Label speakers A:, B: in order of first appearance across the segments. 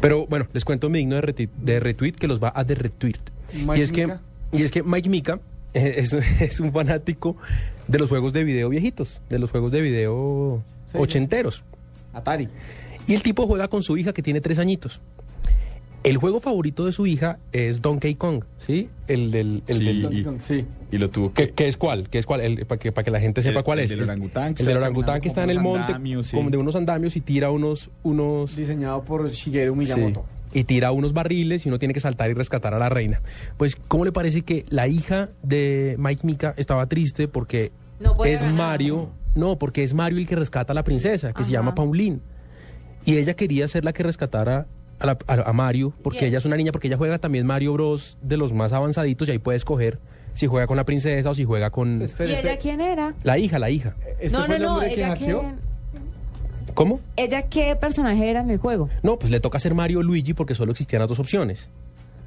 A: Pero bueno, les cuento mi digno de retweet, de retweet que los va a derretuir.
B: Mike
A: Y es que,
B: Mica.
A: y es que Mike Mika es, es un fanático de los juegos de video viejitos, de los juegos de video
B: Sí.
A: ochenteros.
B: Atari.
A: Y el tipo juega con su hija que tiene tres añitos. El juego favorito de su hija es Donkey Kong, ¿sí? El del... El
C: Sí,
A: del
B: Donkey Kong, Sí.
C: Y lo tuvo
A: ¿Qué,
C: que...
A: qué es cuál? ¿Qué es cuál? Para que, pa' que la gente sepa
C: El-
A: cuál
C: el
A: es.
C: del orangután, que
A: El del
C: está
A: orangután que está en
C: caminando
A: el
C: con unos
A: monte,
C: andamios, sí.
A: como de unos andamios y tira unos... unos
B: Diseñado por Shigeru Miyamoto.
A: Sí. Y tira unos barriles y uno tiene que saltar y rescatar a la reina. Pues, ¿cómo le parece que la hija de Mike Mika estaba triste porque
D: No puede
A: es
D: ganar.
A: Mario? No, porque es Mario el que rescata a la princesa, que se
D: Ajá.
A: llama Pauline. Y ella quería ser la que rescatara a, la- a- a Mario, porque
D: Bien.
A: ella es una niña, porque ella juega también Mario Bros. de los más avanzaditos y ahí puede escoger si juega con la princesa o si juega con...
B: Espera,
D: ¿Y ella
B: este,
D: quién era?
A: La hija, la hija.
B: este
D: no,
B: fue
D: no,
B: el
D: no,
B: hombre que
D: ella
B: hackeó.
D: qué,
A: ¿Cómo?
D: ella qué personaje era en el juego.
A: No, pues le toca ser Mario o Luigi porque solo existían las dos opciones.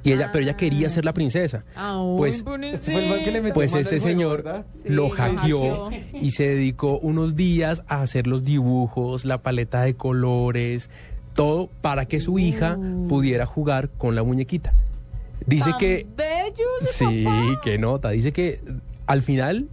A: Y ella, pero ella quería
D: Ah.
A: ser la princesa. Pues,
B: Este fue el que le metió
A: pues
B: mano
A: este
B: al juego,
A: señor
B: ¿verdad?
D: Sí,
A: lo
D: lo
A: hackeó
D: hackeó.
A: y se dedicó unos días a hacer los dibujos, la paleta de colores, todo para que su hija
B: Mm.
A: pudiera jugar con la muñequita. Dice que Sí, qué nota. Dice que al final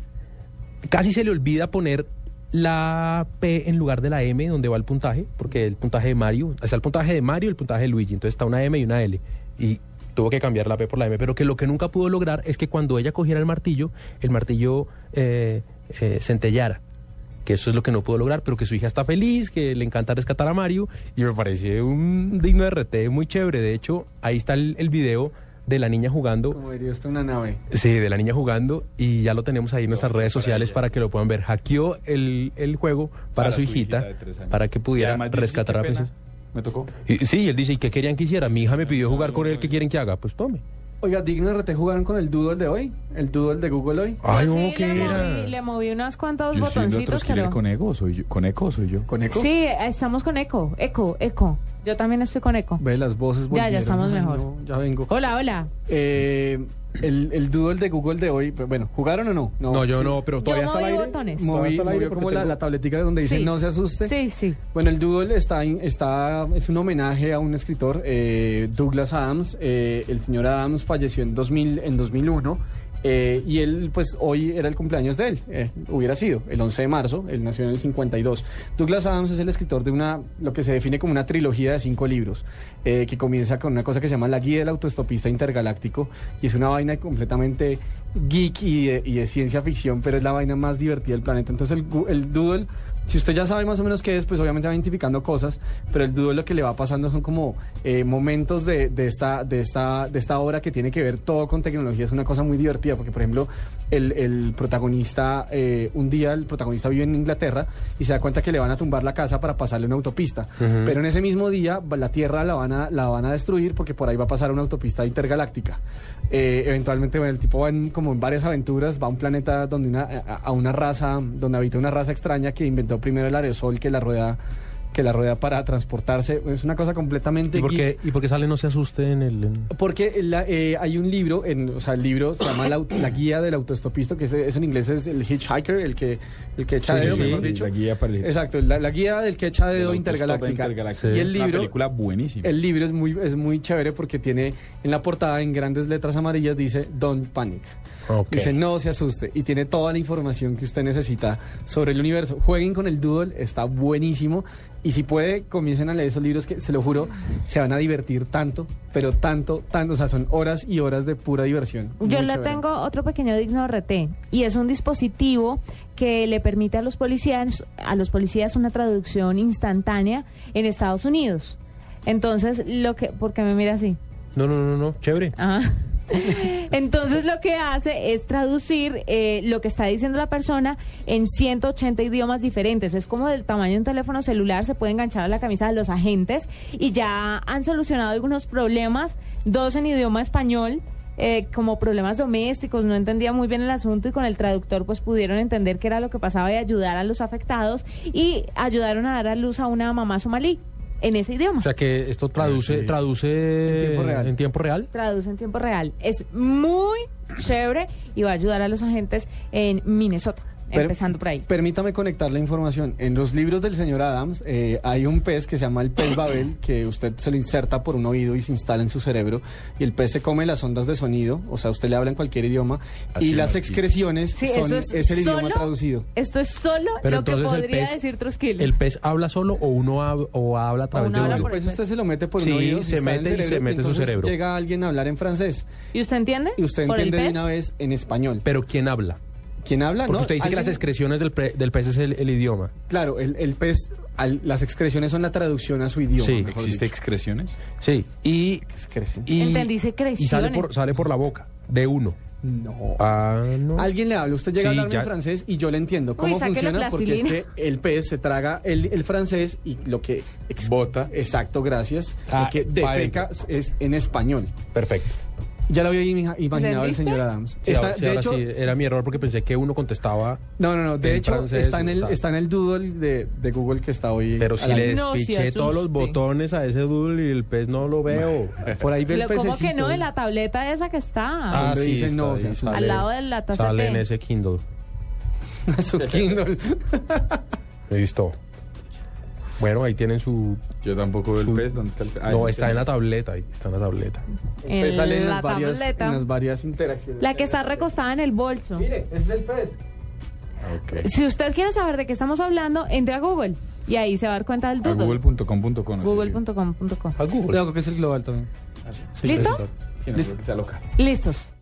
A: casi se le olvida poner la P en lugar de la M donde va el puntaje, porque el puntaje de Mario, está el puntaje de Mario y el puntaje de Luigi, entonces está una M y una L. Y tuvo que cambiar la P por la M, pero que lo que nunca pudo lograr es que cuando ella cogiera el martillo, el martillo eh, eh, centellara. Que eso es lo que no pudo lograr, pero que su hija está feliz, que le encanta rescatar a Mario. Y me parece un digno de RT muy chévere. De hecho, ahí está el, el video de la niña jugando
B: Como diría usted, una nave.
A: Sí, de la niña jugando y ya lo tenemos ahí en nuestras redes
C: para
A: sociales
C: ella.
A: para que lo puedan ver. Hackeó el, el juego para, su hijita,
C: de tres años.
A: para que
C: Y
A: pudiera
C: además dice,
A: rescatar a
C: qué
A: la
C: pena,
A: princesa.
C: Me tocó.
A: Y- sí, él dice, ¿y qué querían que hiciera? Mi hija me pidió jugar con
C: no,
A: él, ¿qué
C: no.
A: quieren que haga? Pues tome.
B: Oiga, digno de RT jugaron con el doodle de hoy. El doodle de Google hoy.
A: Ay,
D: Yo
A: no,
D: sí,
A: ¿qué
D: le
A: era?
D: moví, le moví unas cuantas
C: Yo soy de
D: botoncitos,
C: otros killer
D: pero...
C: con ego, soy yo. Con eco, soy yo.
B: ¿Con eco?
D: Sí, eh, estamos con eco, eco, eco. Yo también estoy con eco.
B: Ve, las voces
D: Ya, ya
B: volvieron.
D: estamos
B: Ay,
D: mejor.
B: no, ya vengo.
D: Hola, hola.
B: Eh, el, el doodle de Google de hoy, pues, bueno, ¿jugaron o no?
A: No, yo
B: sí.
A: no, pero
D: Yo
A: todavía está al
D: moví
A: aire.
D: botones.
A: Estaba
B: Moví,
A: hasta el aire
B: movió
A: porque
B: como la,
A: tengo-
B: la tabletica donde dice
D: Sí.
B: no se asuste.
D: Sí, sí.
B: Bueno, el Doodle está, in- está, es un homenaje a un escritor, eh, Douglas Adams. Eh, el señor Adams falleció en, 2000, en 2001 eh, y él, pues hoy era el cumpleaños de él. eh, hubiera sido el 11 de marzo, él nació en el 52. Douglas Adams es el escritor de una, lo que se define como una trilogía de cinco libros, eh, que comienza con una cosa que se llama La Guía del Autoestopista Intergaláctico y es una vaina completamente geek y de, y de ciencia ficción, pero es la vaina más divertida del planeta. Entonces, el, gu- el Doodle si usted ya sabe más o menos qué es, pues obviamente va identificando cosas, pero el duelo que le va pasando son como eh, momentos de, de esta, de, esta, de esta obra que tiene que ver todo con tecnología. Es una cosa muy divertida, porque por ejemplo, el, el protagonista, eh, un día el protagonista vive en Inglaterra y se da cuenta que le van a tumbar la casa para pasarle una autopista. Pero en ese mismo día va- la Tierra la van, a, la van a destruir porque por ahí va a pasar una autopista intergaláctica. Eh, eventualmente bueno, el tipo va en, como en varias aventuras, va a un planeta donde una, a, a una raza, donde habita una raza extraña que inventó primero el aerosol que la rueda que la rueda para transportarse. Es una cosa completamente
A: ¿Y por,
B: geek.
A: qué, ¿Y por qué sale no se asuste en el...? en-
B: Porque la- eh, hay un libro, en, o sea, el libro se llama La, aut- la guía del autoestopista, que es, es en inglés es el hitchhiker, el que, el que echa
A: Sí, sí,
B: dedo,
A: sí,
B: mejor
A: sí,
B: dicho.
C: la guía para el-
B: Exacto, la, la guía del que echa dedo
C: Del
B: intergaláctica.
C: autostop intergaláctico.
B: Y
C: Es
B: el
C: Una
B: libro,
C: película buenísima.
B: el libro es muy, es muy chévere porque tiene en la portada en grandes letras amarillas dice Don't Panic.
A: Ok.
B: Dice no se asuste y tiene toda la información que usted necesita sobre el universo. Jueguen con el Doodle, está buenísimo. Y si puede, comiencen a leer esos libros que se lo juro, se van a divertir tanto, pero tanto, tanto. O sea, son horas y horas de pura diversión.
D: Yo
B: Muy
D: le
B: chévere.
D: tengo otro pequeño digno RT y es un dispositivo que le permite a los policías a los policías una traducción instantánea en Estados Unidos. Entonces, lo que porque me mira así.
A: No, no, no, no, chévere.
D: Ah. Entonces lo que hace es traducir eh, lo que está diciendo la persona en 180 idiomas diferentes. Es como del tamaño de un teléfono celular, se puede enganchar a la camisa de los agentes y ya han solucionado algunos problemas, dos en idioma español. eh, como problemas domésticos, no entendía muy bien el asunto y con el traductor pues pudieron entender qué era lo que pasaba y ayudar a los afectados y ayudaron a dar a luz a una mamá somalí en ese idioma.
A: O sea que esto traduce...
C: Sí.
A: traduce
B: En tiempo real.
A: en tiempo real.
D: traduce en tiempo real. Es muy chévere y va a ayudar a los agentes en Minnesota.
B: Per-
D: empezando por ahí.
B: Permítame conectar la información. En los libros del señor Adams eh, hay un pez que se llama el pez Babel, que usted se lo inserta por un oído y se instala en su cerebro. Y el pez se come las ondas de sonido, o sea, usted le habla en cualquier idioma.
C: Así
B: y las
C: es, sí.
B: excreciones
D: Sí,
B: son,
D: eso
B: es,
D: es
B: el
D: solo-
B: idioma traducido.
D: Esto es solo
A: Pero
D: lo que
A: entonces el
D: podría
A: pez-
D: decir Trotskiel.
A: ¿El pez habla solo o uno hab- o habla a través
D: uno
A: de
D: habla
A: uno?
D: por el
B: Pues usted se lo mete por
A: Sí,
B: un oído,
A: se
B: instala en el
A: mete y se mete en su
B: entonces
A: cerebro.
B: Llega alguien a hablar en francés
D: ¿Y usted entiende?
B: y usted
D: ¿Por el
B: entiende de
D: pez?
B: una vez en español.
A: Pero ¿quién habla?
B: ¿Quién habla?
D: Ah,
A: Porque
B: No,
A: usted dice que las
B: alguien-
A: excreciones del, pre- del pez es el, el idioma.
B: Claro, el, el pez, al- las excreciones son la traducción a su idioma.
A: Sí.
B: mejor
C: ¿Existe
B: dicho.
C: excreciones?
A: Sí. Y,
B: Excreción.
A: y,
D: Entendí, se
A: y sale,
D: creció.
A: por, sale por la boca de uno.
B: No.
A: Ah, no.
B: Alguien le habla, usted llega a
A: Sí,
B: hablarme
A: ya.
B: en francés y yo le entiendo
D: Uy,
B: cómo
D: saque la
B: funciona porque es que
D: plastilina.
B: el pez se traga el, el francés y lo que ex-
C: Bota.
B: Exacto, gracias.
C: Ah,
B: lo que
C: pa'
B: defeca es en español.
A: Perfecto.
B: Ya lo había ima- imaginado el
D: ¿Entendiste?
B: señor Adams.
A: Sí,
B: Está-
A: ahora- sí,
B: de
A: ahora
B: hecho,
A: sí, era mi error porque pensé que uno contestaba,
B: no, no, no. De
A: en
B: hecho,
A: francés,
B: está en el
A: tal.
B: está en el doodle de, de Google que está hoy.
A: pero si
B: al
A: le
B: aire.
D: No, sí,
A: despiché todos los
D: asuste.
A: botones a ese doodle y el pez no lo veo.
B: por ahí ve el
D: Lo- ¿Cómo que
B: pececito.
D: no? De la tableta esa que está.
B: Ah, sí,
A: está
B: no,
A: ahí,
B: sí, sí,
A: sale-
D: Al lado de la taza
A: Sale
D: té.
A: en ese Kindle.
B: Su Kindle.
A: Listo. Bueno, ahí tienen su...
C: Yo tampoco veo
A: su-
C: el pez. ¿Dónde está el pez? Ah,
A: no,
C: ese
A: está
C: sí.
A: en la tableta, ahí, está en la tableta.
D: En
B: Pues sale en
D: la
B: las varias
D: tableta.
B: en las varias interacciones.
D: La que está recostada en el bolso.
B: Mire, ese es el pez.
C: Ah, Ok.
D: Si usted quiere saber de qué estamos hablando, entre a Google y ahí se va a dar cuenta del
C: A
D: doodle.
C: google.com.co. no sé si-
D: Google.com.co.
B: Ah.
A: A Google.
B: Creo que es el global también.
D: ¿Listo?
C: Sí, no, creo que sea local.
D: Listos.